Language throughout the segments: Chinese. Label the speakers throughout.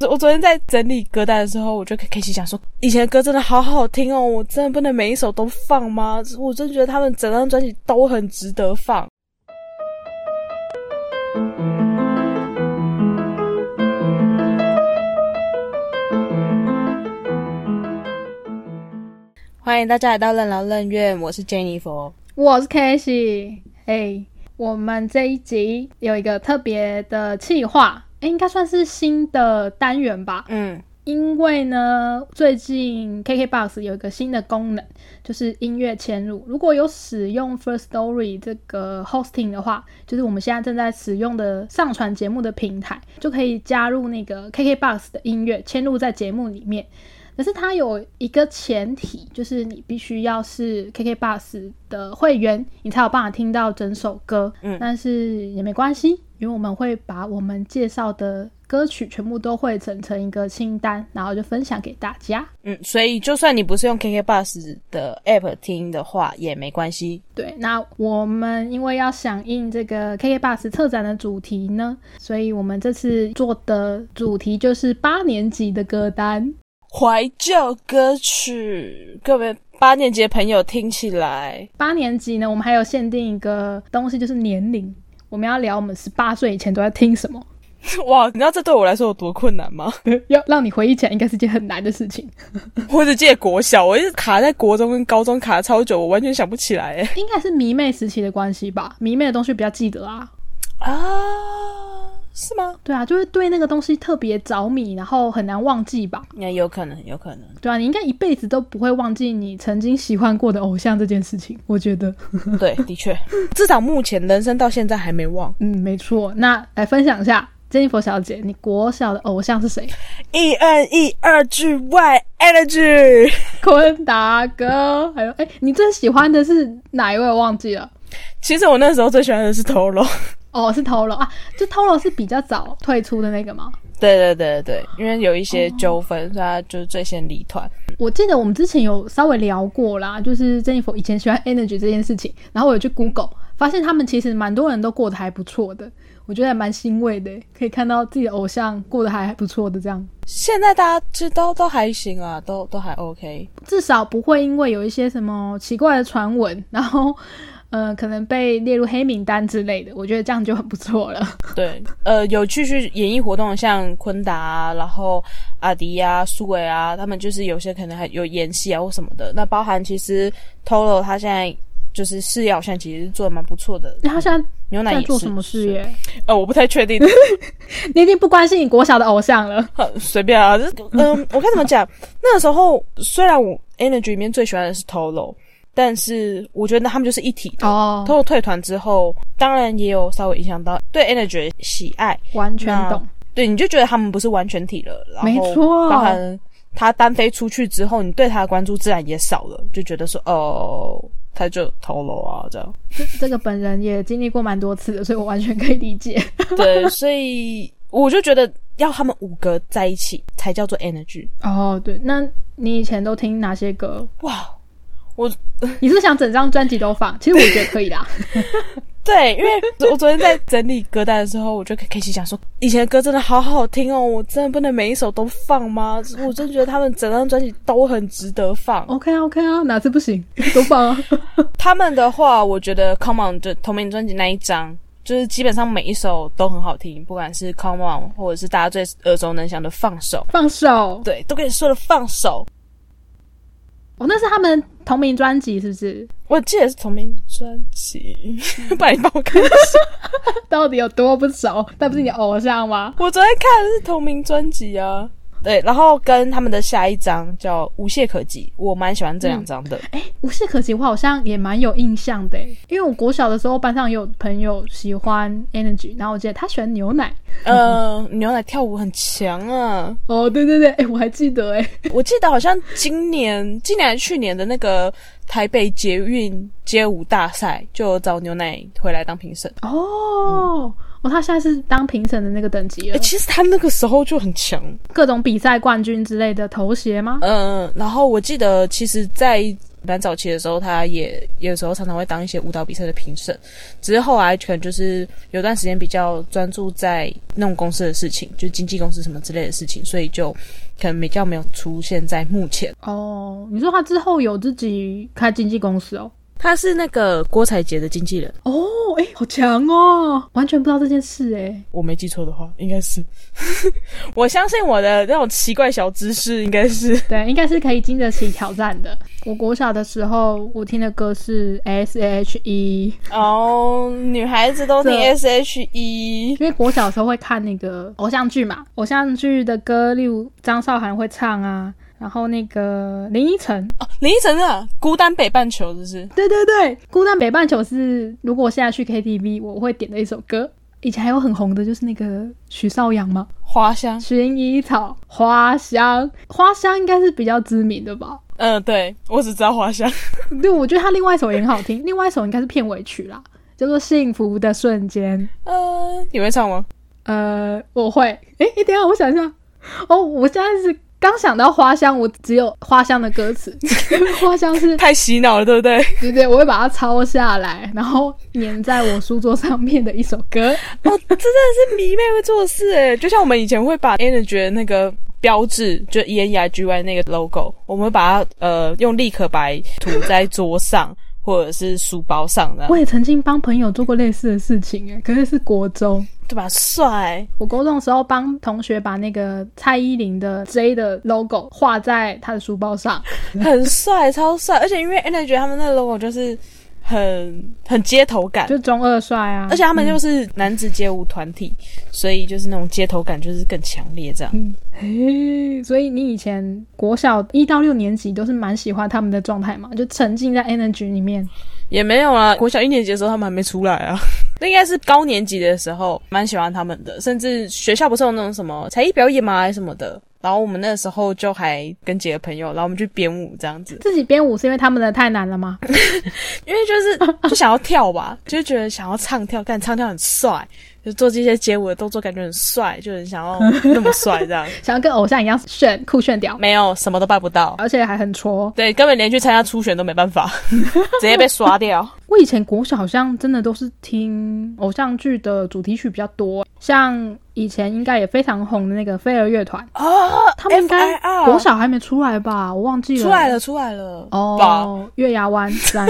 Speaker 1: 我昨天在整理歌单的时候，我就跟 K 西讲说，以前的歌真的好好听哦，我真的不能每一首都放吗？我真觉得他们整张专辑都很值得放。欢迎大家来到任劳任怨，我是 Jennifer。
Speaker 2: 我是 k a s e y 哎，我们这一集有一个特别的企划，哎，应该算是新的单元吧。
Speaker 1: 嗯，
Speaker 2: 因为呢，最近 KKBOX 有一个新的功能，就是音乐嵌入。如果有使用 First Story 这个 hosting 的话，就是我们现在正在使用的上传节目的平台，就可以加入那个 KKBOX 的音乐嵌入在节目里面。可是它有一个前提，就是你必须要是 KKBOX 的会员，你才有办法听到整首歌。
Speaker 1: 嗯
Speaker 2: 但是也没关系，因为我们会把我们介绍的歌曲全部都汇整成一个清单，然后就分享给大家。
Speaker 1: 嗯，所以就算你不是用 KK Bus 的 App 听的话也没关系。
Speaker 2: 对，那我们因为要响应这个 KKBOX 策展的主题呢，所以我们这次做的主题就是八年级的歌单。
Speaker 1: 怀旧歌曲，各位八年级的朋友听起来，
Speaker 2: 八年级呢，我们还有限定一个东西，就是年龄。我们要聊我们十八岁以前都在听什么，
Speaker 1: 哇，你知道这对我来说有多困难吗？
Speaker 2: 要让你回忆起来，应该是件很难的事情。
Speaker 1: 我只记得国小，我一直卡在国中跟高中卡超久，我完全想不起来哎。
Speaker 2: 应该是迷妹时期的关系吧，迷妹的东西比较记得啊。
Speaker 1: 啊，是吗？
Speaker 2: 对啊，就是对那个东西特别着迷，然后很难忘记吧。
Speaker 1: 那有可能，有可能。
Speaker 2: 对啊，你应该一辈子都不会忘记你曾经喜欢过的偶像这件事情，我觉得。
Speaker 1: 对，的确，至少目前人生到现在还没忘。
Speaker 2: 嗯，没错。那来分享一下，Jennifer 小姐，你国小的偶像是谁？
Speaker 1: E N E 二 G Y Energy，
Speaker 2: 坤达哥，还有哎，你最喜欢的是哪一位？我忘记了。
Speaker 1: 其实我那时候最喜欢的是 Toro。
Speaker 2: 哦，是 Tolo 啊，就 Tolo 是比较早退出的那个吗？
Speaker 1: 对对对对对，因为有一些纠纷，所以他就是最先离团。
Speaker 2: 我记得我们之前有稍微聊过啦，就是 Jennifer 以前喜欢 Energy 这件事情，然后我有去 Google，发现他们其实蛮多人都过得还不错的，我觉得还蛮欣慰的，可以看到自己的偶像过得还不错的这样。
Speaker 1: 现在大家其实都都还行啊，都都还 OK。
Speaker 2: 至少不会因为有一些什么奇怪的传闻，然后 呃可能被列入黑名单之类的，我觉得这样就很不错了。
Speaker 1: 对，呃，有去去演艺活动的，像昆达、啊，然后阿迪啊、苏伟啊，他们就是有些可能还有演戏啊或什么的。那包含其实 Tolo 他现在就是事业好像其实做的蛮不错的，
Speaker 2: 那他现在
Speaker 1: 牛奶
Speaker 2: 在
Speaker 1: 也
Speaker 2: 做
Speaker 1: 是
Speaker 2: 什么事？业？
Speaker 1: 是呃，我不太确定，
Speaker 2: 你一定不关心你国小的偶像了。
Speaker 1: 呃随便啊。 就是嗯、我该怎么讲？那时候虽然我 Energy 里面最喜欢的是 Tolo，但是我觉得他们就是一体的。
Speaker 2: 哦，
Speaker 1: Tolo 退团之后，当然也有稍微影响到对 Energy 的喜爱，
Speaker 2: 完全
Speaker 1: 那
Speaker 2: 懂，
Speaker 1: 对，你就觉得他们不是完全体了，然后
Speaker 2: 没错
Speaker 1: 包含他单飞出去之后，你对他的关注自然也少了，就觉得说哦，他就投楼啊这样。
Speaker 2: 这这个本人也经历过蛮多次的，所以我完全可以理解。
Speaker 1: 对，所以我就觉得要他们五个在一起才叫做 energy。
Speaker 2: 哦，对，那你以前都听哪些歌？
Speaker 1: 哇，
Speaker 2: 你是不是想整张专辑都放？其实我觉得可以啦。
Speaker 1: 对，因为我昨天在整理歌单的时候，我就跟 K 西讲说，以前的歌真的好好听哦，我真的不能每一首都放吗？我真的觉得他们整张专辑都很值得放。
Speaker 2: OK 啊，OK 啊，哪次不行 都放啊。
Speaker 1: 他们的话，我觉得《Come On》的同名专辑那一张，就是基本上每一首都很好听，不管是《Come On》或者是大家最耳熟能详的《放手
Speaker 2: 放手》，，
Speaker 1: 对，都跟你说了《放手》。
Speaker 2: 哦，那是他们同名专辑是不是？
Speaker 1: 我记得是同名专辑， 不然你帮我看一下。
Speaker 2: 到底有多不熟？那不是你的偶像吗？
Speaker 1: 我昨天看的是同名专辑啊，对，然后跟他们的下一张叫《无懈可击》，我蛮喜欢这两张的。
Speaker 2: 哎，无懈可击，我好像也蛮有印象的，因为我国小的时候班上也有朋友喜欢 Energy，然后我记得他喜欢牛奶。
Speaker 1: 呃，牛奶跳舞很强啊，
Speaker 2: 哦，对对对，哎，我还记得哎。
Speaker 1: 我记得好像今年、今年还是去年的那个台北捷运街舞大赛，就有找牛奶回来当评审。
Speaker 2: 哦，哦，他现在是当评审的那个等级
Speaker 1: 哎、
Speaker 2: 了，
Speaker 1: 其实他那个时候就很强，
Speaker 2: 各种比赛冠军之类的头衔吗？
Speaker 1: 呃嗯、然后我记得其实，在蛮早期的时候，他也有时候常常会当一些舞蹈比赛的评审，只是后啊来可能就是有段时间比较专注在弄公司的事情，就是经纪公司什么之类的事情，所以就可能比较没有出现在幕前。
Speaker 2: 哦，你说他之后有自己开经纪公司哦？
Speaker 1: 他是那个郭采洁的经纪人，
Speaker 2: 哦，哎，好强哦！完全不知道这件事哎。
Speaker 1: 我没记错的话，应该是。 我相信我的那种奇怪小知识，应该是
Speaker 2: 对，应该是可以经得起挑战的。我国小的时候，我听的歌是 E，S.H.E，
Speaker 1: 哦，女孩子都听 E
Speaker 2: 这
Speaker 1: S.H.E，
Speaker 2: 因为国小的时候会看那个偶像剧嘛，偶像剧的歌，例如张韶涵会唱啊，然后那个林依晨，
Speaker 1: 哦，林依晨啊，《孤单北半球》是不是？
Speaker 2: 对对对，《孤单北半球》是如果我现在去 KTV 我会点的一首歌。以前还有很红的就是那个许绍洋嘛，
Speaker 1: 花香，
Speaker 2: 《薰衣草》《花香》，花香应该是比较知名的吧？
Speaker 1: 嗯、对我只知道花香。
Speaker 2: 对，我觉得他另外一首也很好听，另外一首应该是片尾曲啦，叫做《幸福的瞬间》。
Speaker 1: 呃，你会唱吗？
Speaker 2: 呃，我会。诶，诶等一下，我想一下。哦，我现在是刚想到花香，我只有花香的歌词。 花香是，
Speaker 1: 太洗脑了，对不对？
Speaker 2: 对对，我会把它抄下来，然后粘在我书桌上面的一首歌。
Speaker 1: 哦，真的是迷妹会做的事哎，就像我们以前会把 Energy 的那个标志，就 E N E I G Y 那个 logo，我们会把它呃用立可白涂在桌上或者是书包上的
Speaker 2: 我，也曾经帮朋友做过类似的事情，诶，可是是国中。
Speaker 1: 对吧？帅，
Speaker 2: 我高中的时候帮同学把那个蔡依林的 J 的 logo 画在他的书包上，
Speaker 1: 很帅，超帅，而且因为 Energy 他们那个 logo 就是很很街头感。
Speaker 2: 就中二帅啊。
Speaker 1: 而且他们就是男子街舞团体，所以就是那种街头感就是更强烈这样。
Speaker 2: 嘿，所以你以前国小一到六年级都是蛮喜欢他们的状态嘛，就沉浸在 energy 里面。
Speaker 1: 也没有啊，国小一年级的时候他们还没出来啊， 那应该是高年级的时候，蛮喜欢他们的。甚至学校不是有那种什么才艺表演嘛，还是什么的。然后我们那时候就还跟几个朋友，然后我们去编舞这样子，
Speaker 2: 自己编舞是因为他们的太难了吗？
Speaker 1: 因为就是 就想要跳吧，就是觉得想要唱跳，但唱跳很帅，就做这些街舞的动作，感觉很帅，就很想要那么帅这 样。
Speaker 2: 想要跟偶像一样炫酷炫屌，
Speaker 1: 没有，什么都办不到，
Speaker 2: 而且还很挫。
Speaker 1: 对，根本连去参加初选都没办 法，直接被刷掉。
Speaker 2: 我以前国小好像真的都是听偶像剧的主题曲比较多，像以前应该也非常红的那个飞儿乐团，
Speaker 1: 哦，
Speaker 2: 他们应该
Speaker 1: FIR
Speaker 2: 国小还没出来吧？我忘记了。
Speaker 1: 出来了，出来了，吧
Speaker 2: 哦，月牙湾 山，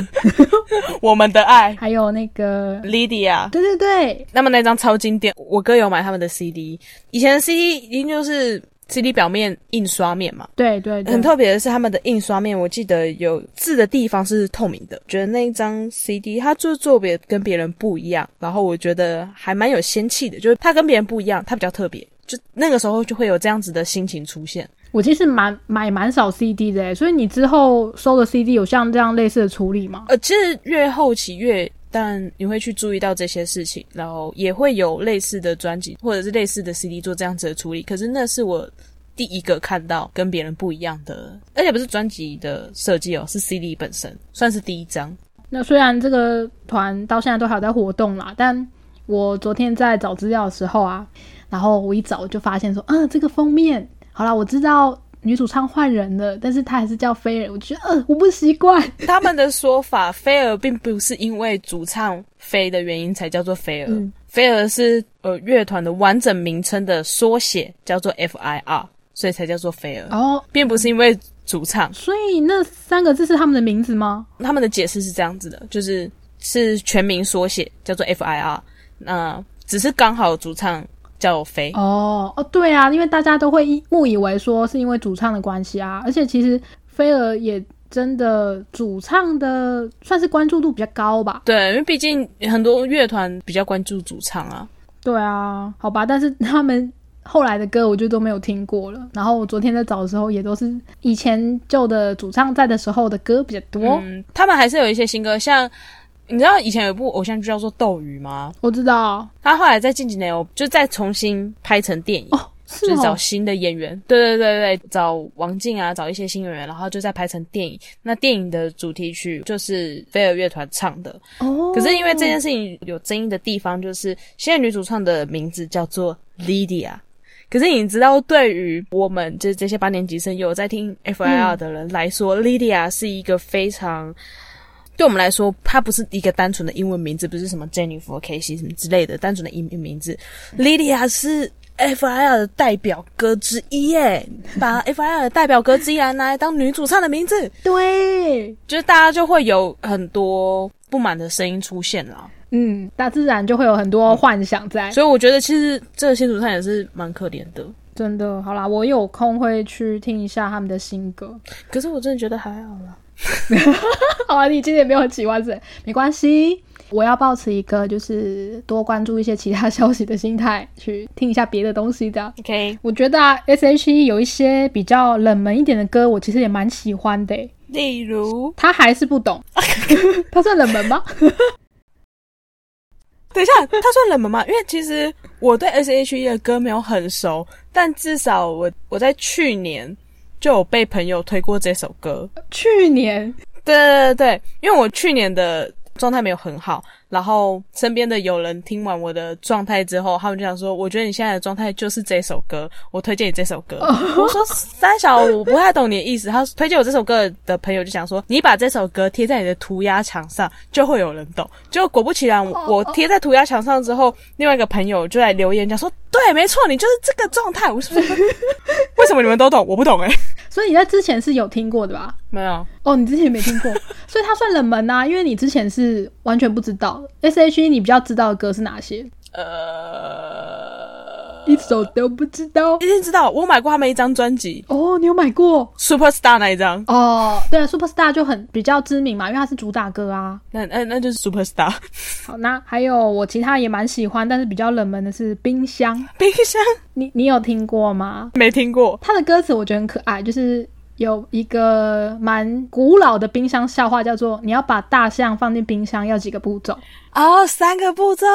Speaker 1: 我们的爱
Speaker 2: 还有那 个，
Speaker 1: ，Lydia。
Speaker 2: 对对对，
Speaker 1: 那么那张超经典，我哥有买他们的 CD，以前的 CD 一定就是 CD 表面印刷面嘛。
Speaker 2: 对对对，
Speaker 1: 很特别的是，他们的印刷面，我记得有字的地方是透明的。觉得那一张 CD，它就是做别跟别人不一样，然后我觉得还蛮有仙气的，就是它跟别人不一样，它比较特别。就那个时候就会有这样子的心情出现。
Speaker 2: 我其实蛮买蛮少 CD 的欸，所以你之后收的 CD 有像这样类似的处理吗？
Speaker 1: 呃，其实越后期越，但你会去注意到这些事情，然后也会有类似的专辑或者是类似的 CD 做这样子的处理。可是那是我第一个看到跟别人不一样的，而且不是专辑的设计哦，是 CD 本身，算是第一张。
Speaker 2: 那虽然这个团到现在都还有在活动啦，但我昨天在找资料的时候啊，然后我一找我就发现说，嗯，这个封面，好啦，我知道女主唱换人了，但是她还是叫飞人，我觉得，呃，我不习惯。
Speaker 1: 他们的说法，飞儿并不是因为主唱飞的原因才叫做飞儿，
Speaker 2: 嗯
Speaker 1: 飞儿是呃乐团的完整名称的缩写，叫做 FIR，所以才叫做飞儿，
Speaker 2: 哦，
Speaker 1: 并不是因为主唱。
Speaker 2: 所以那三个字是他们的名字吗？
Speaker 1: 他们的解释是这样子的，就是是全名缩写叫做 FIR，那、只是刚好主唱叫飞，
Speaker 2: 哦哦，对啊，因为大家都会以误以为说是因为主唱的关系啊，而且其实飞儿也真的主唱的算是关注度比较高吧。
Speaker 1: 对，因为毕竟很多乐团比较关注主唱啊，
Speaker 2: 对啊，好吧，但是 他们后来的歌我就都没有听过了。然后我昨天在找的时候，也都是以前旧的主唱在的时候的歌比较多。
Speaker 1: 嗯，他们还是有一些新歌，像你知道以前有一部偶像剧叫做《斗鱼》吗？
Speaker 2: 我知道
Speaker 1: 他后来在近几年有就再重新拍成电影。
Speaker 2: 哦，是
Speaker 1: 就是找
Speaker 2: 哦，
Speaker 1: 新的演员，对对对对，找王静啊，找一些新演员，然后就再拍成电影。那电影的主题曲就是飞儿乐团唱的，
Speaker 2: 哦，
Speaker 1: 可是因为这件事情有争议的地方，就是现在女主唱的名字叫做 Lydia，可是你知道，对于我们就是这些八年级生有在听
Speaker 2: 嗯
Speaker 1: FIR 的人来说、l y d i a 是一个非常。对我们来说，它不是一个单纯的英文名字，不是什么 Jennifer、Casey 什么之类的单纯的英文名字。Lydia 是 FIR 的代表歌之一耶，把 FIR 的代表歌之一来拿来当女主唱的名字，
Speaker 2: 对，
Speaker 1: 就是大家就会有很多不满的声音出现了。
Speaker 2: 嗯，大自然就会有很多幻想在，
Speaker 1: 所以我觉得其实这个新主唱也是蛮可怜的。
Speaker 2: 真的。好啦，我有空会去听一下他们的新歌。
Speaker 1: 可是我真的觉得还好啦。
Speaker 2: 好啊，你今年没有期望值，没关系。我要保持一个就是多关注一些其他 消息的心态，去听一下别的东西的。
Speaker 1: OK，
Speaker 2: 我觉得啊，S.H.E 有一些比较冷门一点的歌，我其实也蛮喜欢的欸。
Speaker 1: 例如，
Speaker 2: 他还是不懂，他算冷门吗？
Speaker 1: 等一下，它算冷门吗？因为其实我对 S.H.E 的歌没有很熟，但至少我我在去年就有被朋友推过这首歌。
Speaker 2: 去年
Speaker 1: 对对对对，因为我去年的状态没有很好，然后身边的有人听完我的状态之后，他们就想说：“我觉得你现在的状态就是这首歌，我推荐你这首 歌。我说：“三小，我不太懂你的意思。”他推荐我这首歌的朋友就想说：“你把这首歌贴在你的涂鸦墙上，就会有人懂。”结果果不其然，我我贴在涂鸦墙上之后，另外一个朋友就来留言讲说：“对，没错，你就是这个状态。”我说：“ 为什么你们都懂，我不懂、欸？”哎，
Speaker 2: 所以你在之前是有听过的吧？
Speaker 1: 没有。
Speaker 2: 哦，你之前没听过，所以它算冷门呐、啊因为你之前是完全不知道的。S.H.E 你比较知道的歌是哪些？
Speaker 1: 呃，
Speaker 2: 一首都不知道
Speaker 1: 一。定知道，我买过他们一张专辑
Speaker 2: 哦，你有买过？
Speaker 1: 《Superstar》那一张，
Speaker 2: 哦，对啊，Superstar 就很比较知名嘛，因为它是主打歌啊。
Speaker 1: 那那那就是《Superstar》
Speaker 2: 好，那还有我其他也蛮喜欢，但是比较冷门的是《冰箱》，
Speaker 1: 冰箱
Speaker 2: 你你有听过吗？
Speaker 1: 没听过，
Speaker 2: 它的歌词我觉得很可爱，就是有一个蛮古老的冰箱笑话，叫做“你要把大象放进冰箱要几个步骤
Speaker 1: 哦，三个步骤，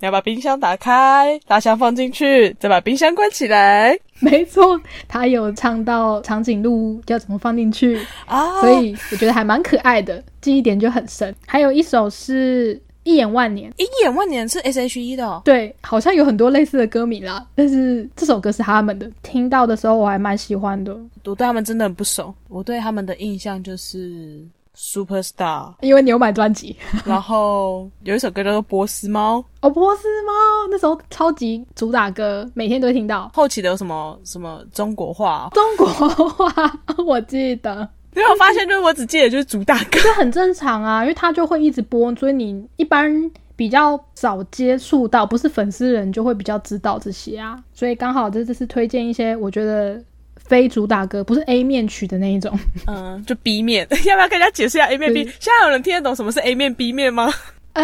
Speaker 1: 你要把冰箱打开，大象放进去，再把冰箱关起来”。
Speaker 2: 没错，他有唱到长颈鹿要怎么放进去，
Speaker 1: 啊、
Speaker 2: 所以我觉得还蛮可爱的，记忆点就很深。还有一首是《一眼万年》。
Speaker 1: 一眼万年是 S.H.E 的、哦，
Speaker 2: 对，好像有很多类似的歌迷啦，但是这首歌是他们的。听到的时候我还蛮喜欢的，
Speaker 1: 我对他们真的很不熟，我对他们的印象就是。Superstar，
Speaker 2: 因为你有买专辑。
Speaker 1: 然后有一首歌叫做《波斯猫》，
Speaker 2: 哦，波斯猫那时候超级主打歌，每天都会听到
Speaker 1: 后期的有什么什么中国话、哦
Speaker 2: 中国话， 我记得
Speaker 1: 你有没有发现，就是我只记得就是主打歌，
Speaker 2: 这很正常啊，因为它就会一直播，所以你一般比较少接触到，不是粉丝人就会比较知道这些啊。所以刚好这次是推荐一些我觉得非主打歌，不是 A 面曲的那一种。
Speaker 1: 嗯，就 B 面，要不要跟大家解释一下 A 面 B？
Speaker 2: 嗯
Speaker 1: 现在有人听得懂什么是 A 面 B 面吗？
Speaker 2: 呃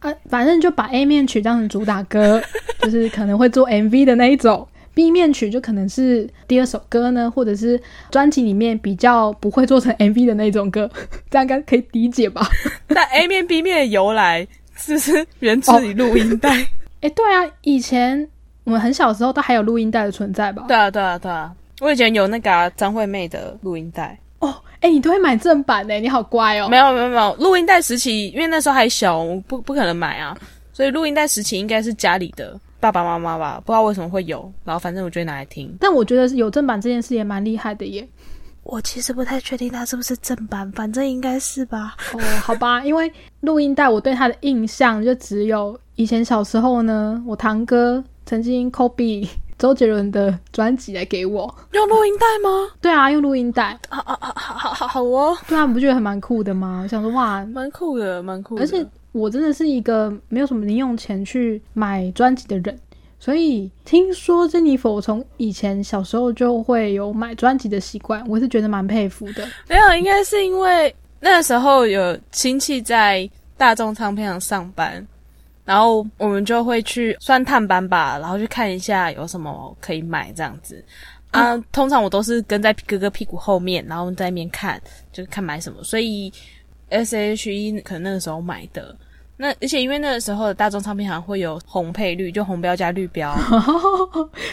Speaker 2: 呃，反正就把 A 面曲当成主打 歌，就是可能会做 MV 的那一种。B 面曲就可能是第二首歌呢，或者是专辑里面比较不会做成 MV 的那一种歌， 这样应该可以理解吧？
Speaker 1: 但 A 面 B 面的由来是不是源自于录音带？
Speaker 2: 哎、对啊，以前我们很小的时候都还有录音带的存在吧？
Speaker 1: 对啊，对啊，对啊。我以前有那个啊张、惠妹的录音带，
Speaker 2: 哦，哎、你都会买正版呢，你好乖哦。
Speaker 1: 没有没有没有，录音带时期，因为那时候还小，我不不可能买啊，所以录音带时期应该是家里的爸爸妈妈吧，不知道为什么会有，然后反正我就会拿来听。
Speaker 2: 但我觉得有正版这件事也蛮厉害的耶。
Speaker 1: 我其实不太确定它是不是正版，反正应该是吧。
Speaker 2: 哦，好吧， 因为录音带我对他的印象就只有以前小时候呢，我堂哥曾经 copy 周杰伦的专辑来给我。
Speaker 1: 用录音带吗？
Speaker 2: 对啊，用录音带，
Speaker 1: 啊啊啊，好好好好哦，
Speaker 2: 对啊，你不觉得还蛮酷的吗？我想说哇，
Speaker 1: 蛮酷的，蛮酷的。
Speaker 2: 而且我真的是一个没有什么零用钱去买专辑的人，所以听说珍妮佛从以前小时候就会有买专辑的习惯，我是觉得蛮佩服的。
Speaker 1: 没有，应该是因为那时候有亲戚在大众唱片行上班，然后我们就会去算探班吧，然后去看一下有什么可以买这样子。啊，通常我都是跟在哥哥屁股后面，然后在那边看，就是看买什么。所以 S.H.E 可能那个时候买的。那而且因为那个时候的大众唱片行会有红配绿，就红标加绿标，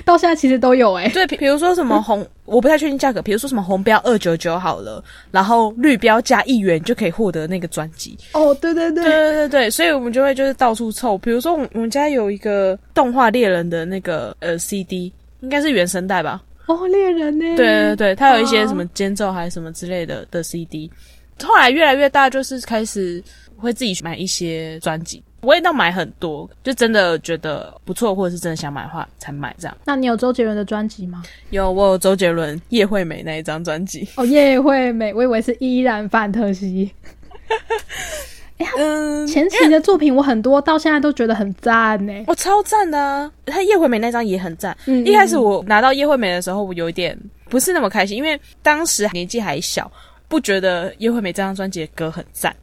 Speaker 2: 到现在其实都有哎、
Speaker 1: 对，比比如说什么红，我不太确定价格。比如说什么红标二九九好了，然后绿标加一元就可以获得那个专辑。
Speaker 2: 哦，对对对
Speaker 1: 对对对对，所以我们就会就是到处凑。比如说我们我们家有一个动画猎人的那个呃 CD，应该是原声带吧？
Speaker 2: 哦，猎人呢？
Speaker 1: 对对对，它有一些什么间奏还是什么之类的的 CD。后来越来越大，就是开始会自己去买一些专辑，不会到买很多，就真的觉得不错，或者是真的想买的话才买这样。
Speaker 2: 那你有周杰伦的专辑吗？
Speaker 1: 有我有周杰伦、叶惠美那一张专辑，
Speaker 2: 哦，叶惠美，我以为是依然范特西。
Speaker 1: 嗯，
Speaker 2: 前期的作品我很多，到现在都觉得很赞欸呢。
Speaker 1: 我超赞的、啊。他叶惠美那张也很赞。
Speaker 2: 嗯
Speaker 1: 一开始我拿到叶惠美的时候，我有一点不是那么开心，因为当时年纪还小，不觉得叶惠美这张专辑的歌很赞，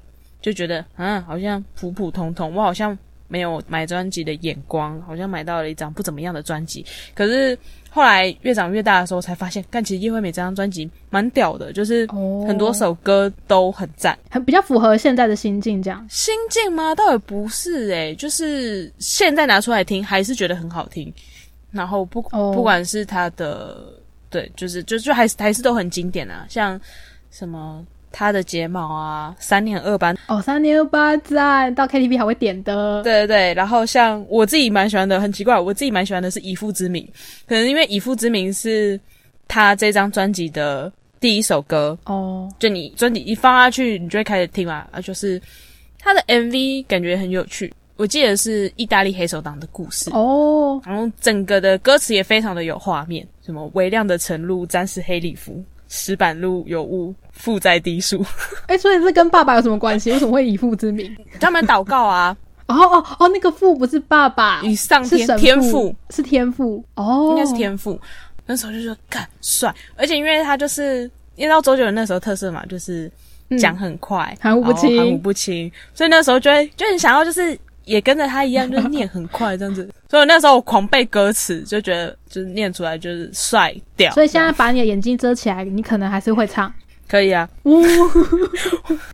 Speaker 1: 就觉得嗯，好像普普通通，我好像没有买专辑的眼光，好像买到了一张不怎么样的专辑。可是后来越长越大的时候，才发现，但其实叶惠美这张专辑蛮屌的，就是
Speaker 2: 哦
Speaker 1: 很多首歌都很赞。
Speaker 2: 很比较符合现在的心境，这样
Speaker 1: 心境吗？倒也不是诶、就是现在拿出来听，还是觉得很好听。然后不、
Speaker 2: 哦
Speaker 1: 不管是他的对，就是就就还是还是都很经典啊，像什么他的睫毛啊，三年二班，
Speaker 2: 哦。三年八赞到 KTV 还会点的，
Speaker 1: 对对对。然后像我自己蛮喜欢的，很奇怪，我自己蛮喜欢的是《以父之名》，可能因为《以父之名》是他这张专辑的第一首歌，
Speaker 2: 哦，
Speaker 1: 就你专辑一放下去，你就会开始听嘛。啊，就是他的 MV 感觉很有趣，我记得是意大利黑手党的故事，
Speaker 2: 哦，
Speaker 1: 然后整个的歌词也非常的有画面，什么微亮的晨露沾湿黑礼服，石板路有雾覆在低树，
Speaker 2: 哎、所以这跟爸爸有什么关系？为什么会以父之名？
Speaker 1: 他们祷告啊，
Speaker 2: 哦哦哦，那个父不是爸爸，
Speaker 1: 与上
Speaker 2: 是
Speaker 1: 天
Speaker 2: 神
Speaker 1: 嗯天赋，
Speaker 2: 是天赋哦，
Speaker 1: 应该是天赋。那时候就觉得干帅，而且因为他就是因为到周杰伦那时候特色嘛，就是
Speaker 2: 嗯
Speaker 1: 讲很快，
Speaker 2: 含糊不清
Speaker 1: 然后含糊不清，所以那时候就会就很想要，就是也跟着他一 样，就是念很快这样子。所以我那时候我狂背歌词，就觉得就是念出来就是帅掉。
Speaker 2: 所以现在把你的眼睛遮起来，你可能还是会唱。
Speaker 1: 可以啊，
Speaker 2: 呜、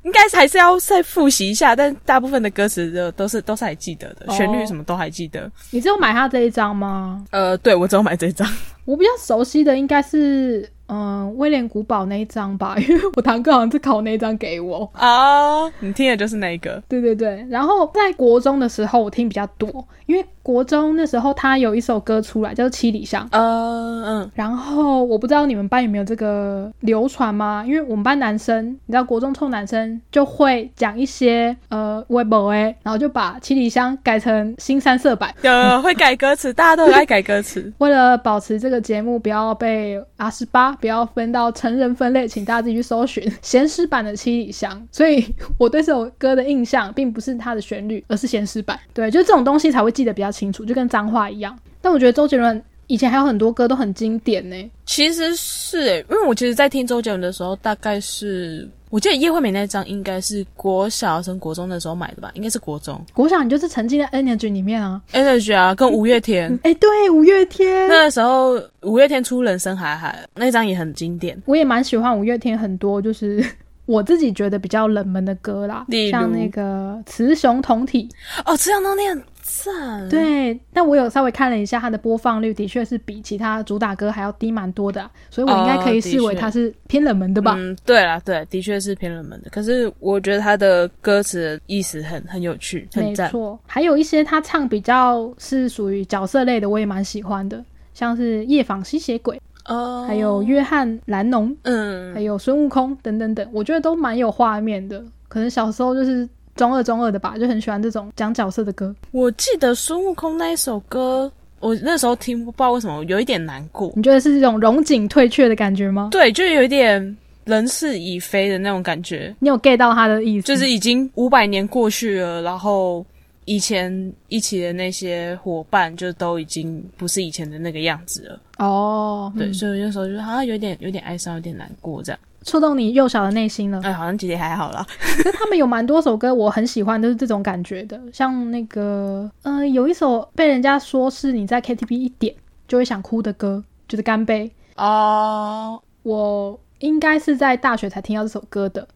Speaker 1: 应该还是要再复习一下，但大部分的歌词就都是都是还记得的，
Speaker 2: 哦
Speaker 1: 旋律什么都还记得。
Speaker 2: 你只有买他这一张吗？
Speaker 1: 呃，对我只有买这 张，
Speaker 2: 我比较熟悉的应该是嗯威廉古堡那一张吧，因为我堂哥好像是考那一张给我。
Speaker 1: 哦，你听的就是那一个，
Speaker 2: 对对对，然后在国中的时候我听比较多，因为国中那时候他有一首歌出来叫《做《七里香》，
Speaker 1: 嗯嗯，
Speaker 2: 然后我不知道你们班有没有这个流传吗？因为我们班男生，你知道国中臭男生就会讲一些呃微博哎，然后就把七里香改成新三色版，
Speaker 1: 有会改歌词，大家都很爱改歌词。
Speaker 2: 为了保持这个节目不要被 R 十八不要分到成人分类，请大家自己去搜寻 咸湿版的七里香。所以我对这首歌的印象并不是它的旋律，而是咸湿版。对，就这种东西才会记得比较清楚，就跟脏话一样。但我觉得周杰伦以前还有很多歌都很经典呢、
Speaker 1: 其实是诶、因为我其实，在听周杰伦的时候，大概是我记得叶惠美那张应该是国小升国中的时候买的吧，应该是国中。
Speaker 2: 国小你就是沉浸在 Energy 里面啊。
Speaker 1: Energy 啊，跟五月天
Speaker 2: 哎、对，五月天，
Speaker 1: 那时候，五月天出《人生海海》那张也很经典。
Speaker 2: 我也蛮喜欢五月天很多，就是 我自己觉得比较冷门的歌啦
Speaker 1: 例，如
Speaker 2: 像那个《雌雄同体》。
Speaker 1: 哦，这样当天很赞。，
Speaker 2: 对，但我有稍微看了一下它的播放率，的确是比其他主打歌还要低蛮多的啊，所以我应该可以
Speaker 1: 哦的
Speaker 2: 视为
Speaker 1: 确
Speaker 2: 它是偏冷门的吧。
Speaker 1: 嗯，对啦，对，的确是偏冷门的。可是我觉得他的歌词的意思很很有趣，很
Speaker 2: 没
Speaker 1: 赞。
Speaker 2: 错，还有一些他唱比较是属于角色类的，我也蛮喜欢的，像是夜访吸血鬼，
Speaker 1: 哦，
Speaker 2: 还有约翰·兰农，
Speaker 1: 嗯
Speaker 2: 还，有孙悟空等等等，我觉得都蛮有画面的。可能小时候就是中二中二的吧，就很喜欢这种讲角色的歌。
Speaker 1: 我记得孙悟空那一首歌，我那时候听不知道为什么有一点难过。
Speaker 2: 你觉得是这种荣景退却的感觉吗？
Speaker 1: 对，就有一点人事已非的那种感觉，
Speaker 2: 你有 get 到他的意思？
Speaker 1: 就是已经五百年过去了，然后以前一起的那些伙伴就都已经不是以前的那个样子了。
Speaker 2: 哦，
Speaker 1: 对，
Speaker 2: 嗯
Speaker 1: 所以那时候就好像有点有点哀伤，有点难过这样。
Speaker 2: 触动你幼小的内心了。
Speaker 1: 哎，好像姐姐还好啦。
Speaker 2: 可是他们有蛮多首歌我很喜欢，都是这种感觉的，像那个，呃，有一首被人家说是你在 KTV 一点就会想哭的歌，就是《干杯》。
Speaker 1: 哦，
Speaker 2: 我应该是在大学才听到这首歌的，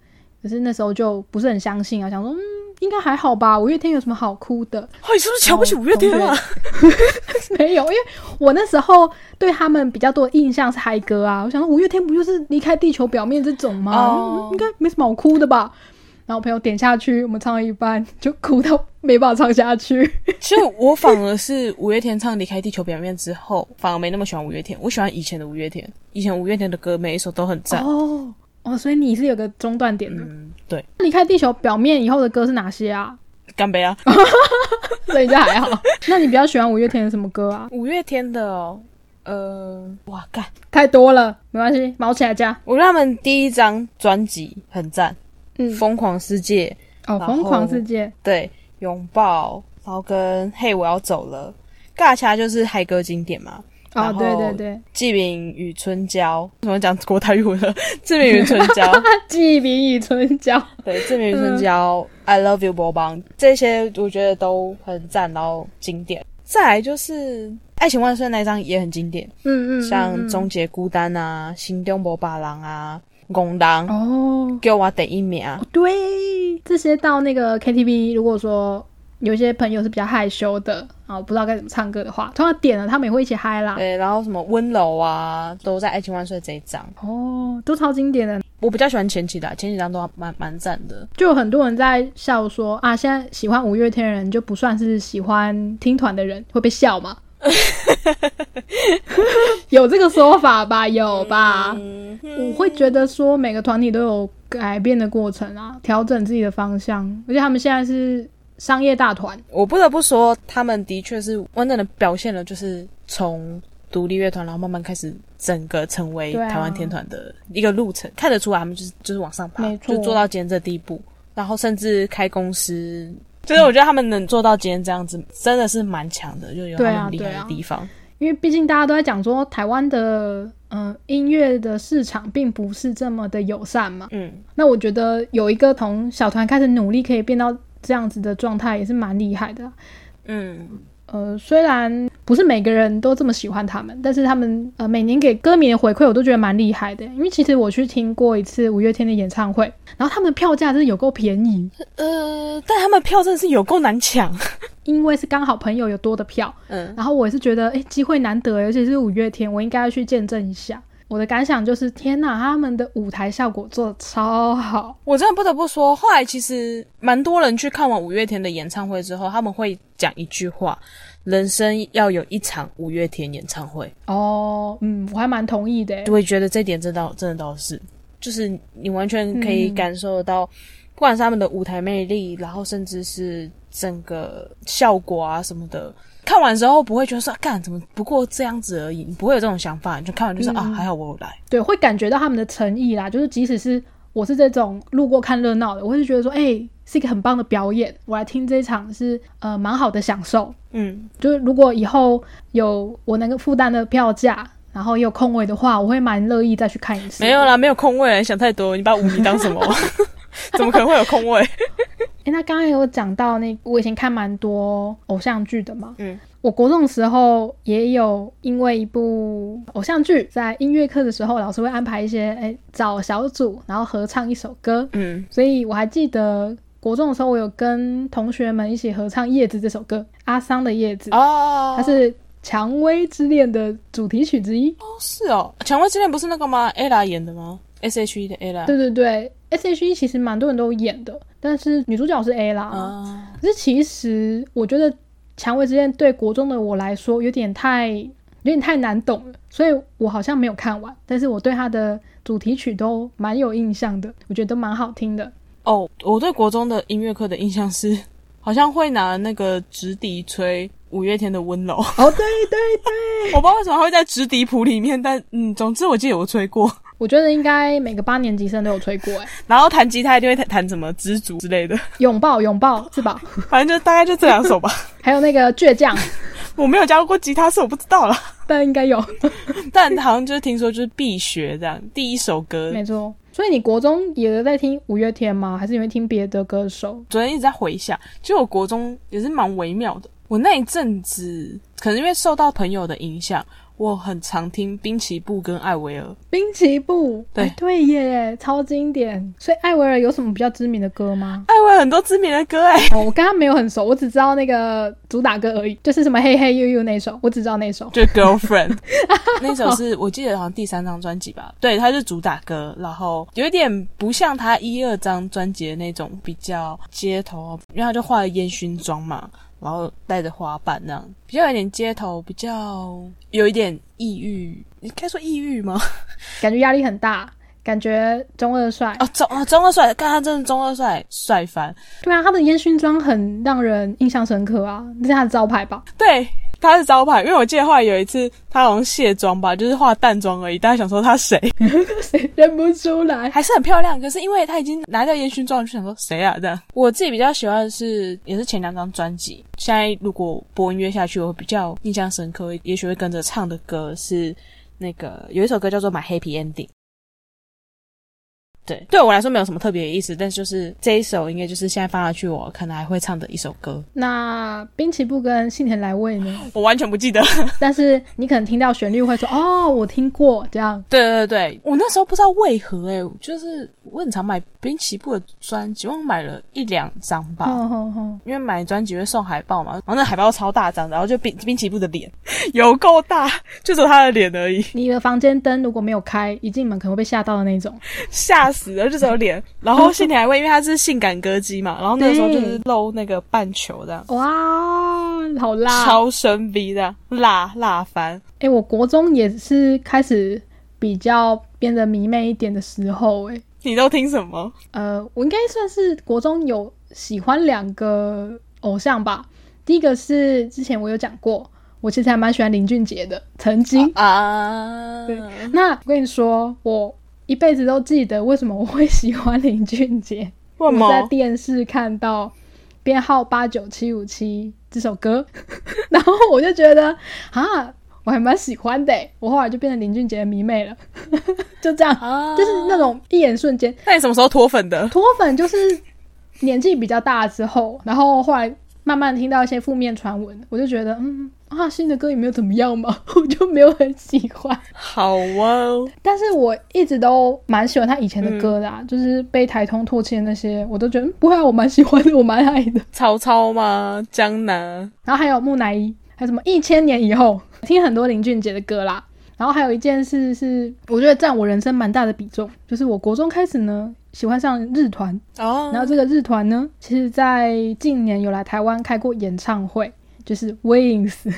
Speaker 2: 可是那时候就不是很相信啊，想说，嗯，应该还好吧，五月天有什么好哭的？
Speaker 1: 哦你是不是瞧不起五月天啊？
Speaker 2: 哦 没有，因为我那时候对他们比较多的印象是嗨歌啊，我想说五月天不就是离开地球表面这种吗？
Speaker 1: 哦
Speaker 2: 嗯应该没什么好哭的吧。然后我朋友点下去，我们唱到一半就哭到没办法唱下去。
Speaker 1: 其实我反而是五月天唱《离开地球表面》之后，反而没那么喜欢五月天。我喜欢以前的五月天，以前五月天的歌每一首都很赞。
Speaker 2: 哦哦，所以你是有个中断点的。
Speaker 1: 嗯，对，
Speaker 2: 那离开地球表面以后的歌是哪些啊？
Speaker 1: 干杯啊！
Speaker 2: 所以就还好。那你比较喜欢五月天的什么歌啊？
Speaker 1: 五月天的哦，呃，哇干！
Speaker 2: 太多了，没关系，毛起来加。
Speaker 1: 我觉得他们第一张专辑很赞，
Speaker 2: 嗯
Speaker 1: 《疯狂世界》
Speaker 2: 哦，
Speaker 1: 后
Speaker 2: 疯狂世界，
Speaker 1: 对，拥抱，然后跟嘿我要走了，尬掐就是嗨歌经典嘛。
Speaker 2: 哦，
Speaker 1: 然后
Speaker 2: 对对对，
Speaker 1: 纪明与春娇，怎么讲国台语了？ 志明与春娇，
Speaker 2: 记笔与春娇。
Speaker 1: 对，志明与春
Speaker 2: 嗯
Speaker 1: 娇、i love you 波邦，这些我觉得都很赞，然后经典。再来就是《爱情万岁》那一张也很经典，
Speaker 2: 嗯嗯，嗯
Speaker 1: 像
Speaker 2: 嗯
Speaker 1: 终结孤单啊、心中无把郎啊、拱狼、
Speaker 2: 哦，
Speaker 1: 给我第一名。啊
Speaker 2: 对，这些到那个 KTV，如果说有一些朋友是比较害羞的啊，不知道该怎么唱歌的话，通常点了他们也会一起嗨啦。
Speaker 1: 对，然后什么温柔啊，都在《爱情万岁》这一张。
Speaker 2: 哦，都超经典的，
Speaker 1: 我比较喜欢前几的啊，前几张都蛮蛮赞的。
Speaker 2: 就有很多人在笑说啊，现在喜欢五月天的人就不算是喜欢听团的人，会被笑 嘛？有这个说法吧？有吧？
Speaker 1: 嗯，
Speaker 2: 我会觉得说每个团体都有改变的过程啊，调整自己的方向，而且他们现在是商业大团，
Speaker 1: 我不得不说，他们的确是完整的表现了，就是从独立乐团，然后慢慢开始整个成为
Speaker 2: 对啊
Speaker 1: 台湾天团的一个路程，看得出来他们就是就是往上爬
Speaker 2: 没，错
Speaker 1: 就做到今天这地步，然后甚至开公司。就是我觉得他们能做到今天这样子，真的是蛮强的，就有他
Speaker 2: 对啊
Speaker 1: 们很厉害
Speaker 2: 对
Speaker 1: 的
Speaker 2: 啊
Speaker 1: 地方。
Speaker 2: 因为毕竟大家都在讲说台湾的嗯、呃音乐的市场并不是这么的友善嘛。
Speaker 1: 嗯，
Speaker 2: 那我觉得有一个从小团开始努力，可以变到这样子的状态，也是蛮厉害的啊。
Speaker 1: 嗯，
Speaker 2: 呃，虽然不是每个人都这么喜欢他们，但是他们呃每年给歌迷的回馈，我都觉得蛮厉害的。因为其实我去听过一次五月天的演唱会，然后他们的票价真的有够便宜，
Speaker 1: 呃，但他们票真的是有够难抢。
Speaker 2: 因为是刚好朋友有多的票，
Speaker 1: 嗯，
Speaker 2: 然后我也是觉得，哎，机会难得，而且是五月天，我应该要去见证一下。我的感想就是，天呐，他们的舞台效果做的超好，
Speaker 1: 我真的不得不说，后来其实蛮多人去看完五月天的演唱会之后，他们会讲一句话：人生要有一场五月天演唱会。
Speaker 2: 哦，嗯，我还蛮同意的。
Speaker 1: 我也觉得这点真的真的倒是，就是你完全可以感受到，不管是他们的舞台魅力，然后甚至是整个效果啊什么的。看完之后不会觉得说啊干怎么不过这样子而已，你不会有这种想法，你就看完就说、啊还好我有来，
Speaker 2: 对，会感觉到他们的诚意啦。就是即使是我是这种路过看热闹的，我会觉得说，哎、是一个很棒的表演，我来听这一场是呃蛮好的享受。
Speaker 1: 嗯
Speaker 2: 就是如果以后有我能够负担的票价，然后也有空位的话，我会蛮乐意再去看一次。
Speaker 1: 没有啦，没有空位，你想太多，你把舞迷当 什么？怎么可能会有空位？
Speaker 2: 哎、那刚刚有讲到那我以前看蛮多偶像剧的嘛，
Speaker 1: 嗯，
Speaker 2: 我国中的时候也有因为一部偶像剧，在音乐课的时候，老师会安排一些哎、诶找小组，然后合唱一首歌，
Speaker 1: 嗯，
Speaker 2: 所以我还记得国中的时候，我有跟同学们一起合唱《叶子》这首歌，阿桑的《叶子》，
Speaker 1: 哦，
Speaker 2: 它是《蔷薇之恋》的主题曲之一。
Speaker 1: 哦是哦，《蔷薇之恋》不是那个吗？ella 演的吗？S H E 的 ella
Speaker 2: 对对对，S.H.E 其实蛮多人都有演的，但是女主角是 A 啦。
Speaker 1: 啊，
Speaker 2: 可是其实我觉得《蔷薇之恋》对国中的我来说有点太有点太难懂了，所以我好像没有看完，但是我对它的主题曲都蛮有印象的，我觉得都蛮好听的。
Speaker 1: 哦，我对国中的音乐课的印象是， 好像会拿那个直笛吹五月天的《温柔》，
Speaker 2: 哦，对对 对，
Speaker 1: 我不知道为什么会在直笛谱里面，但嗯，总之我记得我吹过，
Speaker 2: 我觉得应该每个八年级生都有吹过，哎，
Speaker 1: 然后弹吉他一定会弹弹什么《知足》之类的，
Speaker 2: 拥抱拥抱是吧？
Speaker 1: 反正就大概就这两首吧。
Speaker 2: 还有那个倔强，
Speaker 1: 我没有加入过吉他，是我不知道啦。
Speaker 2: 但应该有，
Speaker 1: 但好像就是听说就是必学这样，第一首歌
Speaker 2: 没错。所以你国中也在听五月天吗？还是你会听别的歌手？
Speaker 1: 昨天一直在回想，其实我国中也是蛮微妙的。我那一阵子可能因为受到朋友的影响，我很常听滨崎步跟艾薇儿。
Speaker 2: 滨崎步，
Speaker 1: 对？
Speaker 2: 哎对耶，超经典。所以艾薇儿有什么比较知名的歌吗
Speaker 1: 艾薇儿很多知名的歌哎、
Speaker 2: 哦我跟他没有很熟，我只知道那个主打歌而已，就是什么嘿嘿呦呦那首，我只知道那首。
Speaker 1: 就 Girlfriend 那首是我记得好像第三张专辑吧，对，它是主打歌，然后有点不像他一二张专辑的那种比较街头，因为他就化了烟熏妆嘛，然后带着花瓣那样，比较有点街头，比较有一点抑郁，你该说抑郁吗？
Speaker 2: 感觉压力很大，感觉中二帅。
Speaker 1: 啊中啊中二帅，看他真的中二帅帅翻，
Speaker 2: 对啊，他的烟熏妆很让人印象深刻啊，这是他的招牌吧？
Speaker 1: 对。他是招牌，因为我记得后来有一次他好像卸妆吧，就是化淡妆而已，大家想说他谁，
Speaker 2: 谁认不出来？
Speaker 1: 还是很漂亮，可是因为她已经拿掉烟熏妆，就想说谁啊这样。我自己比较喜欢的是，也是前两张专辑。现在如果播音乐下去，我比较印象深刻，也许会跟着唱的歌是那个有一首歌叫做《My Happy Ending》。对，对我来说没有什么特别的意思，但是就是这一首应该就是现在放下去，我可能还会唱的一首歌。
Speaker 2: 那滨崎步跟幸田来未呢？
Speaker 1: 我完全不记 得。
Speaker 2: 但是你可能听到旋律会说：“哦，我听过。”这样
Speaker 1: 对对对，我那时候不知道为何哎、就是我很常买滨崎步的专辑，我买了一两张吧。
Speaker 2: 哼哼哼，
Speaker 1: 因为买专辑会送海报嘛，然后那海报超大张的，然后就滨滨崎步的脸 有够大，就只有他的脸而已，
Speaker 2: 你的房间灯如果没有开，一进门可能会被吓到的那种。
Speaker 1: 吓死了，就只有 脸。然后幸田还会，因为他是性感歌姬嘛，然后那时候就是露那个半球这样，
Speaker 2: 哇，好辣！
Speaker 1: 超深 V 这样，辣辣翻。
Speaker 2: 哎、我国中也是开始比较变得迷妹一点的时候、欸，
Speaker 1: 你都听什么？
Speaker 2: 呃，我应该算是国中有喜欢两个偶像吧。第一个是之前我有讲过，我其实还蛮喜欢林俊杰的，曾经。
Speaker 1: 啊，
Speaker 2: 对，那我跟你说，我一辈子都记得为什么我会喜欢林俊杰。
Speaker 1: 为什
Speaker 2: 我在
Speaker 1: 么？
Speaker 2: 电视看到编号八九七五七这首歌， 然后我就觉得啊，我还蛮喜欢的欸。我后来就变成林俊杰的迷妹了， 就这样，
Speaker 1: 啊
Speaker 2: 就是那种一眼瞬间
Speaker 1: 那你什么时候脱粉的？
Speaker 2: 脱粉，就是年纪比较大之后，然后后来慢慢听到一些负面传闻，我就觉得嗯。啊，新的歌也没有怎么样嘛， 我就没有很喜欢。
Speaker 1: 好哦，
Speaker 2: 但是我一直都蛮喜欢他以前的歌的、啊，就是被台通唾弃的那些，我都觉得、嗯、不会、啊，我蛮喜欢的，我蛮爱的。
Speaker 1: 曹操吗？江南？
Speaker 2: 然后还有木乃伊，还有什么一千年以后，听很多林俊杰的歌啦。然后还有一件事是，我觉得占我人生蛮大的比重，就是我国中开始呢喜欢上日团，
Speaker 1: 哦，
Speaker 2: 然后这个日团呢，其实在近年有来台湾开过演唱会，就是 Wings。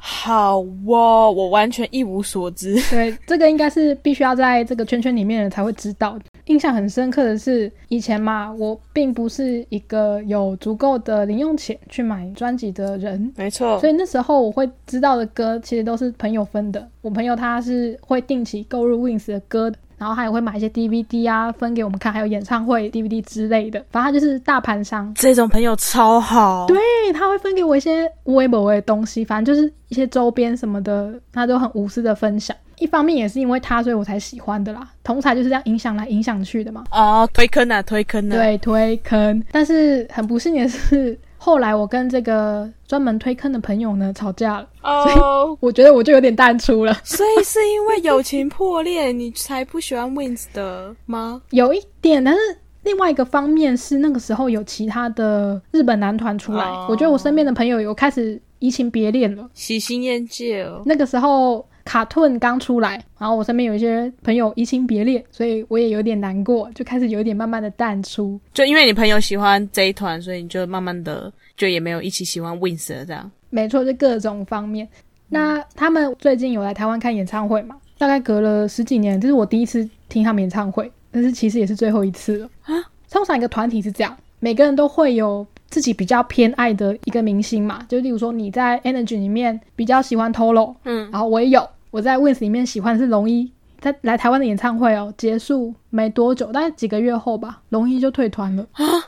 Speaker 1: 好哦，我完全一无所知。
Speaker 2: 对，这个应该是必须要在这个圈圈里面的人才会知道。印象很深刻的是，以前嘛，我并不是一个有足够的零用钱去买专辑的人，
Speaker 1: 没错
Speaker 2: 所以那时候我会知道的歌，其实都是朋友分的。我朋友他是会定期购入 Wings 的歌的，然后他也会买一些 DVD 啊，分给我们看，还有演唱会 DVD 之类的。反正他就是大盘商，
Speaker 1: 这种朋友超好。
Speaker 2: 对，他会分给我一些微博的东西，反正就是一些周边什么的，他都很无私的分享。一方面也是因为他，所以我才喜欢的啦。同才就是这样影响来影响去的嘛。
Speaker 1: 哦，推坑啊，推坑啊。，
Speaker 2: 对，推坑。但是很不幸的是， 后来我跟这个专门推坑的朋友呢吵架了，
Speaker 1: 哦，
Speaker 2: 我觉得我就有点淡出了，
Speaker 1: 所以是因为友情破裂，你才不喜欢 Wins 的吗？
Speaker 2: 有一点，但是。另外一个方面是，那个时候有其他的日本男团出来
Speaker 1: 哦
Speaker 2: 我觉得我身边的朋友有开始移情别恋了。
Speaker 1: 喜新厌旧，
Speaker 2: 那个时候卡顿刚出来，然后我身边有一些朋友移情别恋，所以我也有点难过，就开始有一点慢慢的淡出。
Speaker 1: 就因为你朋友喜欢这一团，所以你就慢慢的就也没有一起喜欢 Wins 了，这样。
Speaker 2: 没错，就各种方面。那他们最近有来台湾看演唱会嘛？大概隔了十几年，这是我第一次听他们演唱会，但是其实也是最后一次了。啊，通常一个团体是这样，每个人都会有自己比较偏爱的一个明星嘛，就例如说你在 Energy 里面比较喜欢 Tolo，
Speaker 1: 嗯
Speaker 2: 然后我也有，我在 Wins 里面喜欢的是龙一。在来台湾的演唱会哦，结束没多久，大概几个月后吧，龙一就退团了。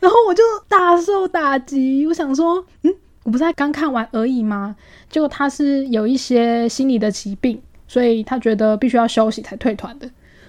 Speaker 2: 然后我就大受打击，我想说，嗯，我不是才刚看完而已吗？结果他是有一些心理的疾病，所以他觉得必须要休息才退团的。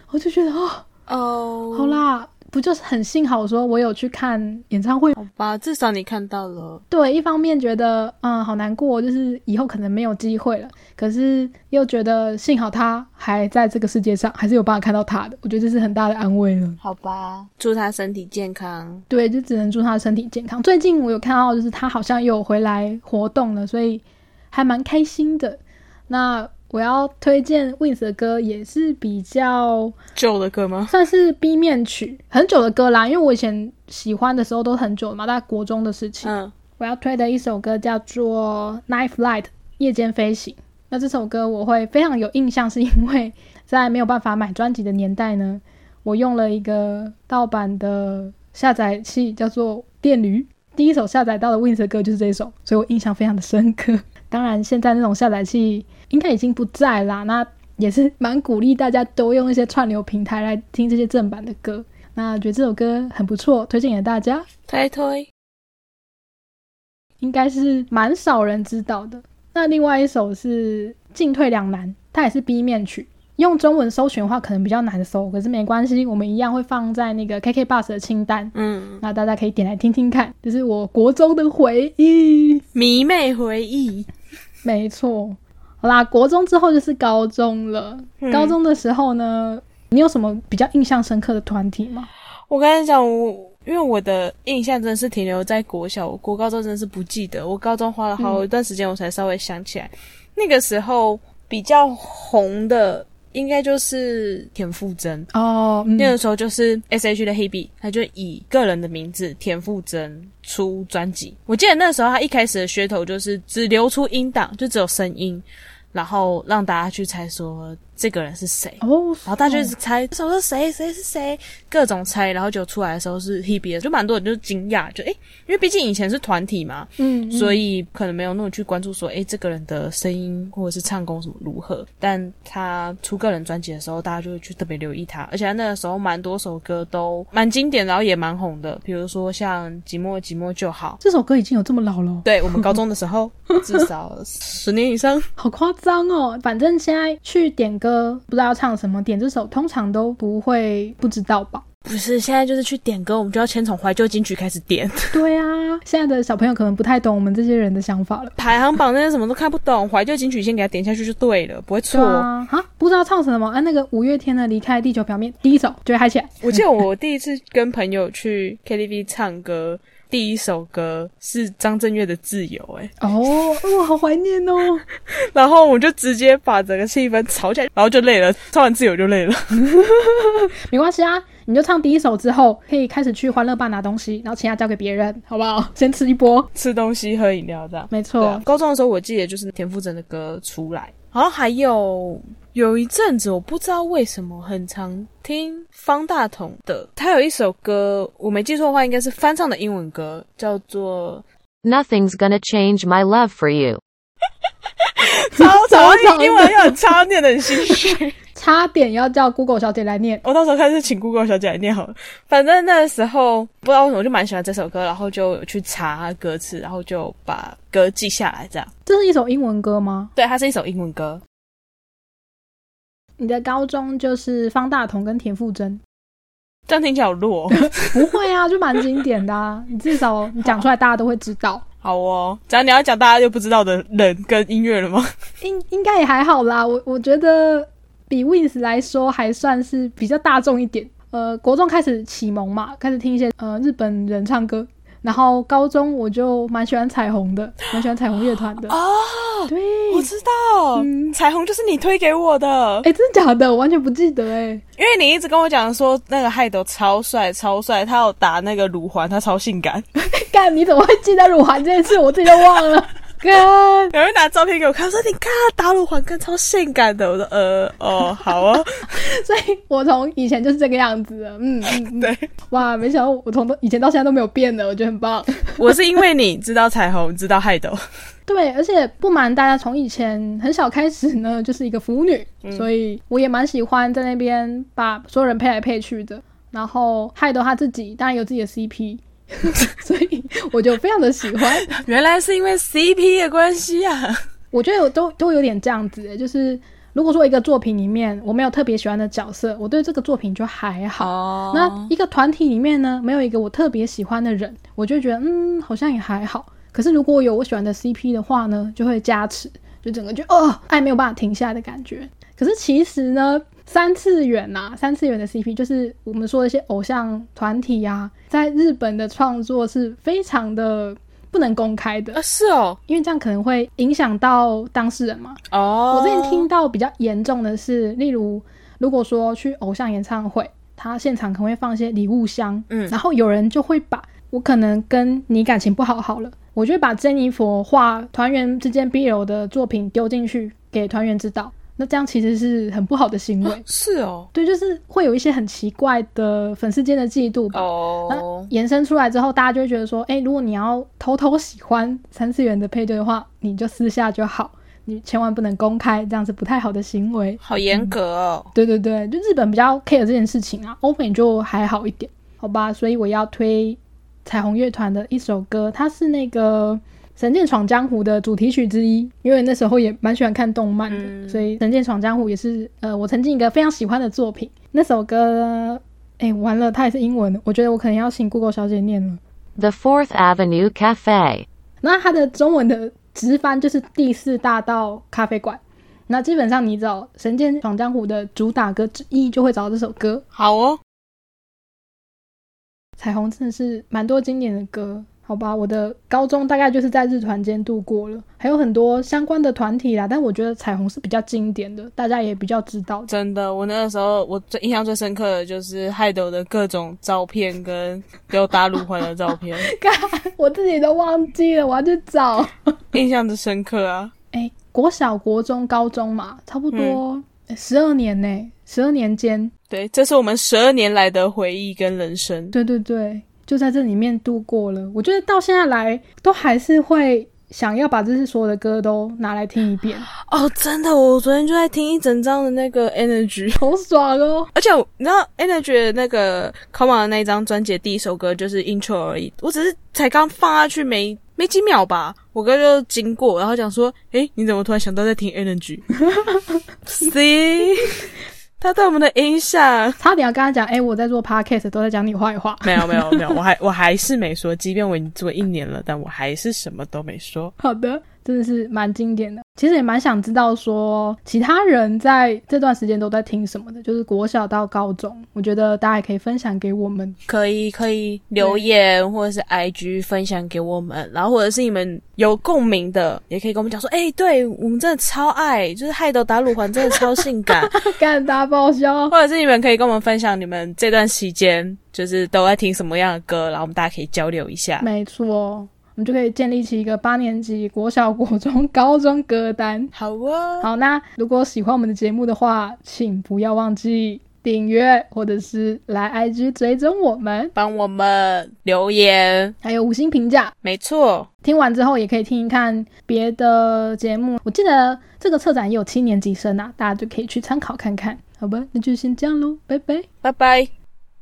Speaker 2: 我就觉得哦，
Speaker 1: 哦
Speaker 2: 好，啦，不就是很幸好说我有去看演唱会？
Speaker 1: 好吧，至少你看到了。
Speaker 2: 对，一方面觉得嗯好难过，就是以后可能没有机会了，可是又觉得幸好他还在这个世界上，还是有办法看到他的，我觉得这是很大的安慰了。
Speaker 1: 好吧，祝他身体健康。
Speaker 2: 对，就只能祝他身体健康。最近我有看到，就是他好像又有回来活动了，所以还蛮开心的。那我要推荐 Wins 的歌，也是比较
Speaker 1: 旧的歌吗？
Speaker 2: 算是 B 面曲，很久的歌啦，因为我以前喜欢的时候都很久了嘛，大概国中的事情。
Speaker 1: 嗯，
Speaker 2: 我要推的一首歌叫做《Night Flight》夜间飞行。那这首歌我会非常有印象，是因为 在没有办法买专辑的年代呢，我用了一个盗版的下载器，叫做电驴。第一首下载到的 Wins 的歌就是这首，所以我印象非常的深刻。 当然，现在那种下载器应该已经不在啦。那也是蛮鼓励大家都用一些串流平台来听这些正版的歌。那觉得这首歌很不错，推荐给大家。
Speaker 1: 推推。
Speaker 2: 应该是蛮少人知道的。那另外一首是《进退两难》，它也是 B 面曲。用中文搜寻的话，可能比较难搜，可是没关系，我们一样会放在那个 KK Bus 的清单，
Speaker 1: 嗯，
Speaker 2: 那大家可以点来听听看。这是我国中的回忆，
Speaker 1: 迷妹回忆。
Speaker 2: 没错。好啦，国中之后就是高中了。
Speaker 1: 嗯
Speaker 2: 高中的时候呢，你有什么比较印象深刻的团体吗？
Speaker 1: 我跟你讲，我因为我的印象真的是停留在国小，我国高中真的是不记得。我高中花了好一段时间，我才稍微想起来。那个时候比较红的，应该就是田馥甄。
Speaker 2: 哦，嗯
Speaker 1: 那个时候就是 S H 的 Hebe，他就以个人的名字田馥甄出专辑。我记得那时候他一开始的噱头就是只留出音档，就只有声音，然后让大家去猜说这个人是谁。
Speaker 2: 哦，
Speaker 1: 然后大家就一
Speaker 2: 是
Speaker 1: 直猜，这首是谁谁是谁，各种猜，然后就出来的时候是 Hebe，的就蛮多人就惊讶，就诶，因为毕竟以前是团体嘛，
Speaker 2: 嗯，
Speaker 1: 所以可能没有那么去关注说，诶，这个人的声音或者是唱功什么如何。但他出个人专辑的时候，大家就会去特别留意他，而且他那个时候蛮多首歌都蛮经典，然后也蛮红的，比如说像《寂寞寂寞就好》。
Speaker 2: 这首歌已经有这么老了哦。
Speaker 1: 对我们高中的时候，至少十年以上。
Speaker 2: 好夸张哦！反正现在去点歌，不知道要唱什么，点这首通常都不会不知道 吧？
Speaker 1: 不是，现在就是去点歌，我们就要先从怀旧金曲开始点。
Speaker 2: 对啊，现在的小朋友可能不太懂我们这些人的想法了。
Speaker 1: 排行榜那些什么都看不懂，怀旧金曲先给它点下去就对了，不会
Speaker 2: 对
Speaker 1: 错。
Speaker 2: 啊，啊，不知道唱什么啊？那个五月天的《离开地球表面》第一首就会嗨起来。
Speaker 1: 我记得我第一次跟朋友去 KTV 唱歌，第一首歌是张震岳的《自由》哎，
Speaker 2: 哦，我好怀念哦！
Speaker 1: 然后我就直接把整个气氛吵起来，然后就累了，唱完《自由》就累了。
Speaker 2: 没关系啊，你就唱第一首之后，可以开始去欢乐吧拿东西，然后其他交给别人，好不好？先吃一波。
Speaker 1: 吃东西、喝饮料这样。
Speaker 2: 没
Speaker 1: 对
Speaker 2: 错，
Speaker 1: 啊，高中的时候我记得就是田馥甄的歌出来，好像还有有一阵子我不知道为什么很常听方大同的，他有一首歌我没记错的话应该是翻唱的英文歌，叫做
Speaker 3: Nothing's gonna change my love for you.
Speaker 1: 超
Speaker 2: 超
Speaker 1: 长，
Speaker 2: 长
Speaker 1: 英文又很差，念的很心 虚。
Speaker 2: 差点要叫 Google 小姐来念。
Speaker 1: 我到时候看是请 Google 小姐来念好了。反正那时候不知道为什么我就蛮喜欢这首歌，然后就有去查它歌词，然后就把歌记下来。这样，
Speaker 2: 这是一首英文歌吗？
Speaker 1: 对，它是一首英文歌。
Speaker 2: 你的高中就是方大同跟田馥甄。
Speaker 1: 这样听起来好 弱、哦。
Speaker 2: 不会啊，就蛮经典的啊。你至少你讲出来，大家都会知道。
Speaker 1: 好哦，只要你要讲大家就不知道的人跟音乐了吗？
Speaker 2: 应应该也还好啦，我我觉得比 Wins 来说还算是比较大众一点。呃，国中开始启蒙嘛，开始听一些呃日本人唱歌，然后高中我就蛮喜欢彩虹的，蛮喜欢彩虹乐团的。
Speaker 1: 哦，
Speaker 2: 对，
Speaker 1: 我知道，
Speaker 2: 嗯
Speaker 1: 彩虹就是你推给我的，
Speaker 2: 哎、真的假的？我完全不记得哎、
Speaker 1: 因为你一直跟我讲说那个海斗超帅超帅，他有打那个乳环，他超性感，
Speaker 2: 干，你怎么会记得乳环这件事？我自己都忘了。干，
Speaker 1: 有人拿照片给我看，说你看打乳环跟超性感的，我说呃哦好哦，
Speaker 2: 所以我从以前就是这个样子的。嗯嗯，嗯
Speaker 1: 对，
Speaker 2: 哇，没想到我从以前到现在都没有变的，我觉得很棒。
Speaker 1: 我是因为你知道彩虹，知道海斗，
Speaker 2: 对，而且不瞒大家，从以前很小开始呢，就是一个腐女，所以我也蛮喜欢在那边把所有人配来配去的。然后害得他自己当然有自己的 CP，所以我就非常的喜 欢。
Speaker 1: 原来是因为 CP 的关系啊，
Speaker 2: 我觉得我都都有点这样子、就是如果说一个作品里面我没有特别喜欢的角色，我对这个作品就还好。
Speaker 1: 哦
Speaker 2: 那一个团体里面呢，没有一个我特别喜欢的人，我就觉得嗯，好像也还好。可是如果有我喜欢的 CP 的话呢，就会加持，就整个就哦，爱没有办法停下来的感觉。可是其实呢，三次元呐、三次元的 CP 就是我们说的一些偶像团体呀、在日本的创作是非常的不能公开的
Speaker 1: 啊，，是哦，
Speaker 2: 因为这样可能会影响到当事人嘛。
Speaker 1: 哦，
Speaker 2: 我之前听到比较严重的是，例如如果说去偶像演唱会，他现场可能会放一些礼物箱，
Speaker 1: 嗯
Speaker 2: 然后有人就会把我可能跟你感情不好好了，我就会把珍妮佛画团员之间 BL 的作品丢进去给团员知道，那这样其实是很不好的行为。
Speaker 1: 是哦，
Speaker 2: 对，就是会有一些很奇怪的粉丝间的嫉妒吧。那
Speaker 1: 哦，
Speaker 2: 延伸出来之后，大家就会觉得说，哎、如果你要偷偷喜欢三次元的配对的话，你就私下就好，你千万不能公开，这样是不太好的行为。
Speaker 1: 好严格哦，
Speaker 2: 对对对，就日本比较 care 这件事情啊，欧美就还好一点，好吧？所以我要推彩虹乐团的一首歌，它是那个《神剑闯江湖》的主题曲之一。因为那时候也蛮喜欢看动漫的，
Speaker 1: 嗯
Speaker 2: 所以《神剑闯江湖》也是呃我曾经一个非常喜欢的作品。那首歌，哎，完了，它也是英文的，我觉得我可能要请 Google 小姐念了。
Speaker 3: The Fourth Avenue Cafe.
Speaker 2: 那它的中文的直翻就是第四大道咖啡馆。那基本上你找《神剑闯江湖》的主打歌之一，就会找到这首歌。
Speaker 1: 好哦，
Speaker 2: 彩虹真的是蛮多经典的歌，好吧？我的高中大概就是在日团间度过了，还有很多相关的团体啦，但我觉得彩虹是比较经典的，大家也比较知道的。
Speaker 1: 真的，我那个时候我最印象最深刻的就是害得我的各种照片跟丢大陆环的照 片，
Speaker 2: 干，我自己都忘记了，我要去找。
Speaker 1: 印象之深刻啊，
Speaker 2: 哎，国小、国中、高中嘛，差不多十二、12年呢、十二年间，
Speaker 1: 对，这是我们十二年来的回忆跟人生，
Speaker 2: 对对对，就在这里面度过了。我觉得到现在来，都还是会想要把这些所有的歌都拿来听一遍，
Speaker 1: 哦，真的，我昨天就在听一整张的那个 Energy。
Speaker 2: 好爽哦！
Speaker 1: 而且我你知道 Energy 的那个 Come On 的那一张专辑的第一首歌就是 Intro 而已，我只是才刚放下去没没几秒吧，我哥就经过，然后讲说：“诶，你怎么突然想到在听 Energy？” See，他 对我们的影响。
Speaker 2: 差点要跟他讲，哎、我在做 podcast，都在讲你坏话。
Speaker 1: 没有没有没有，我还我还是没说，即便我已经做一年了，但我还是什么都没说。
Speaker 2: 好的，真的是蛮经典的。其实也蛮想知道说其他人在这段时间都在听什么的，就是国小到高中，我觉得大家也可以分享给我们。
Speaker 1: 可以可以留言或者是 IG 分享给我们，然后或者是你们有共鸣的，也可以跟我们讲说，哎、对我们真的超爱，就是害得打乳环真的超性感，
Speaker 2: 干大爆笑
Speaker 1: 或者是你们可以跟我们分享你们这段期间就是都在听什么样的歌，然后我们大家可以交流一下。
Speaker 2: 没错，我们就可以建立起一个八年级国小、国中、高中歌单。
Speaker 1: 好哦，
Speaker 2: 好，那如果喜欢我们的节目的话，请不要忘记订阅或者是来 IG 追踪我们，
Speaker 1: 帮我们留言，
Speaker 2: 还有五星评价。
Speaker 1: 没错，
Speaker 2: 听完之后也可以听一看别的节目。我记得这个策展也有七年级生啊，大家就可以去参考看看，好吧？那就先这样喽，拜拜。
Speaker 1: 拜拜。